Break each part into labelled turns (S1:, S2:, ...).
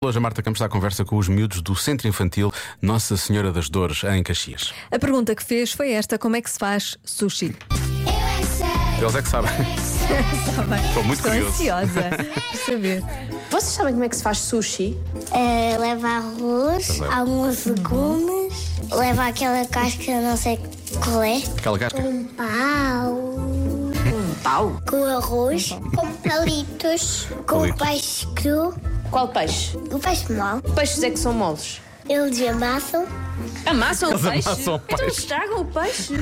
S1: Hoje a Marta Campos está à conversa com os miúdos do Centro Infantil Nossa Senhora das Dores, em Caxias.
S2: A pergunta que fez foi esta: como é que se faz sushi?
S3: Eu é que sei,
S1: Eles é que sabem.
S3: eu é que sei.
S1: Estou muito
S2: Estou
S1: curioso.
S2: ansiosa por saber.
S4: Vocês sabem como é que se faz sushi?
S3: Eh, leva arroz, alguns legumes, leva aquela casca, não sei qual é.
S1: Aquela casca.
S3: Um pau.
S4: Um pau.
S3: Com arroz, com palitos, com
S1: Palitos.
S3: peixe cru,
S4: Qual peixe?
S3: o peixe mal.
S4: Peixes é que são moles.
S3: Eles amassam,
S4: Amassam o peixe?
S1: amassam o
S4: Então
S1: peixe.
S4: estragam o peixe.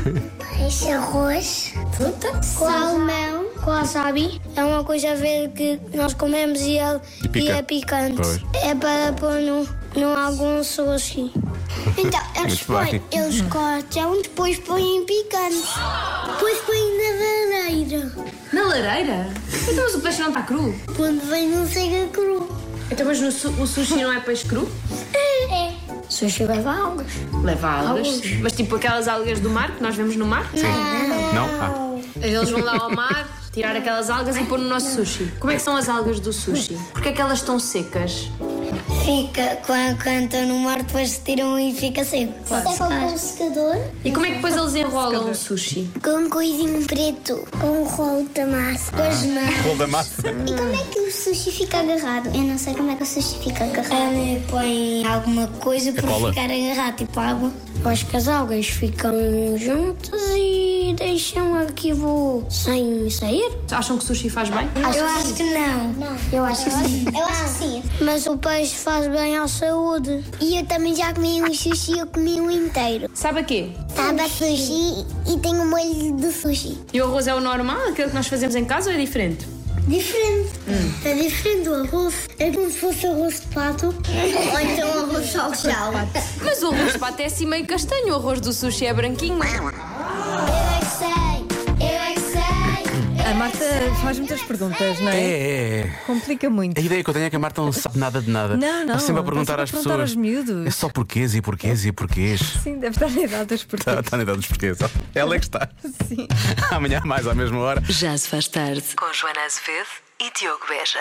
S3: peixe arroz, fruta, salmão, com wasabi.
S5: É uma coisa verde que nós comemos e, é-
S1: E pica.
S5: e é picante.
S1: Pois.
S5: É para pôr num, num algum sushi.
S3: Então, eles
S1: Muito bem.
S3: põem, eles cortam, depois põem picante, depois põem na vareira.
S4: Na lareira? Então mas o peixe não está cru?
S3: Quando vem, não chega cru.
S4: Então mas no su- o sushi não é peixe cru?
S3: É. Sushi leva algas.
S4: Leva algas. Mas tipo aquelas algas do mar que nós vemos no mar?
S1: Sim. Não? Ah,
S4: Eles vão lá ao mar tirar aquelas algas e pôr no nosso sushi. Como é que são as algas do sushi? Porquê é que elas estão secas?
S5: Fica quando canta no mar, depois tiram e fica seco.
S3: Até com um secador.
S4: E como é que depois eles enrolam o sushi?
S3: Com um coisinho preto. Com um rolo da massa. Com
S1: Ah.
S3: as mãos.
S1: rolo um da massa.
S3: E como é que o sushi fica agarrado? Eu não sei como é que o sushi fica agarrado.
S5: Ele põe alguma coisa para
S1: cola.
S5: ficar agarrado, tipo água. Depois que as algas ficam juntas e deixam arquivo sem sair.
S4: Acham que sushi faz bem?
S5: eu acho que não.
S3: Eu acho que sim. Eu acho que sim.
S5: Mas o peixe faz bem à saúde.
S3: E eu também já comi um sushi, eu comi um inteiro.
S4: Sabe a quê?
S3: Sabe a sushi e tem um molho de sushi.
S4: E o arroz é o normal, aquele que nós fazemos em casa ou é diferente?
S3: Diferente. É diferente do arroz. É como se fosse arroz de pato. Ou então arroz salgado.
S4: Mas o arroz de pato é assim meio castanho, o arroz do sushi é branquinho.
S3: Eu é que sei. Eu é que sei.
S2: A Marta faz muitas perguntas, não
S1: É,
S2: é?
S1: é, é.
S2: Complica muito.
S1: A ideia que eu tenho é que a Marta não sabe nada de nada.
S2: Não, não,
S1: Está sempre a perguntar
S2: está sempre a
S1: às
S2: perguntar
S1: pessoas.
S2: aos miúdos.
S1: É só porquês e porquês e porquês.
S2: Sim, deve estar na idade das
S1: Está,
S2: perguntas.
S1: está na idade dos porquês. Ela é que está.
S2: Sim.
S1: Amanhã, mais à mesma hora.
S6: Já se faz tarde com Joana Azevedo e Diogo Beja.